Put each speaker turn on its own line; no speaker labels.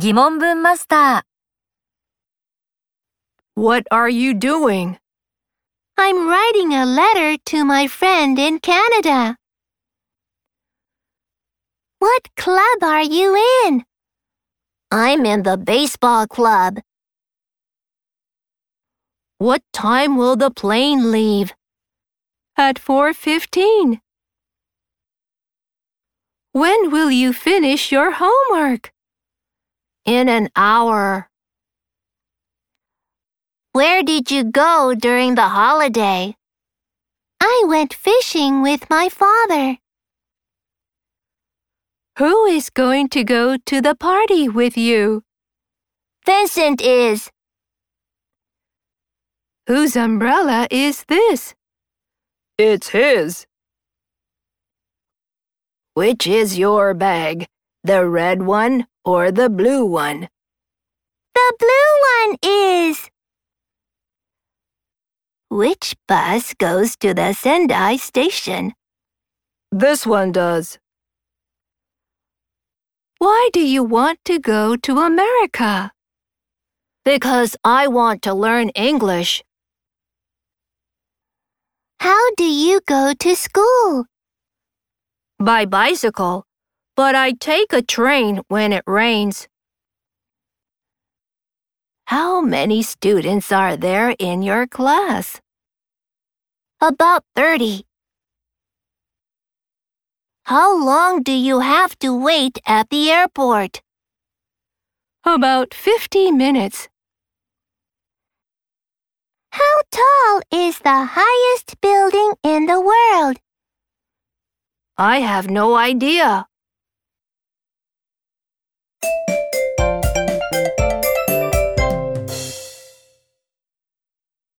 疑問文マスタ
What are you doing?
I'm writing a letter to my friend in Canada. What club are you in? I'm in the baseball club.
What time will the plane leave? At 4:15. When will you finish your homework? In an hour.
Where did you go during the holiday? I went fishing with my father.
Who is going to go to the party with you?
Vincent is.
Whose umbrella is this? It's his. Which is your bag? The red one or the blue one?
The blue one is. Which bus goes to the Sendai station?
This one does. Why do you want to go to America? Because I want to learn English.
How do you go to school?
by bicycle, but I take a train when it rains. How many students are there in your class?
About 30. How long do you have to wait at the airport?
About 50 minutes.
How tall is the highest building in the world?
I have no idea.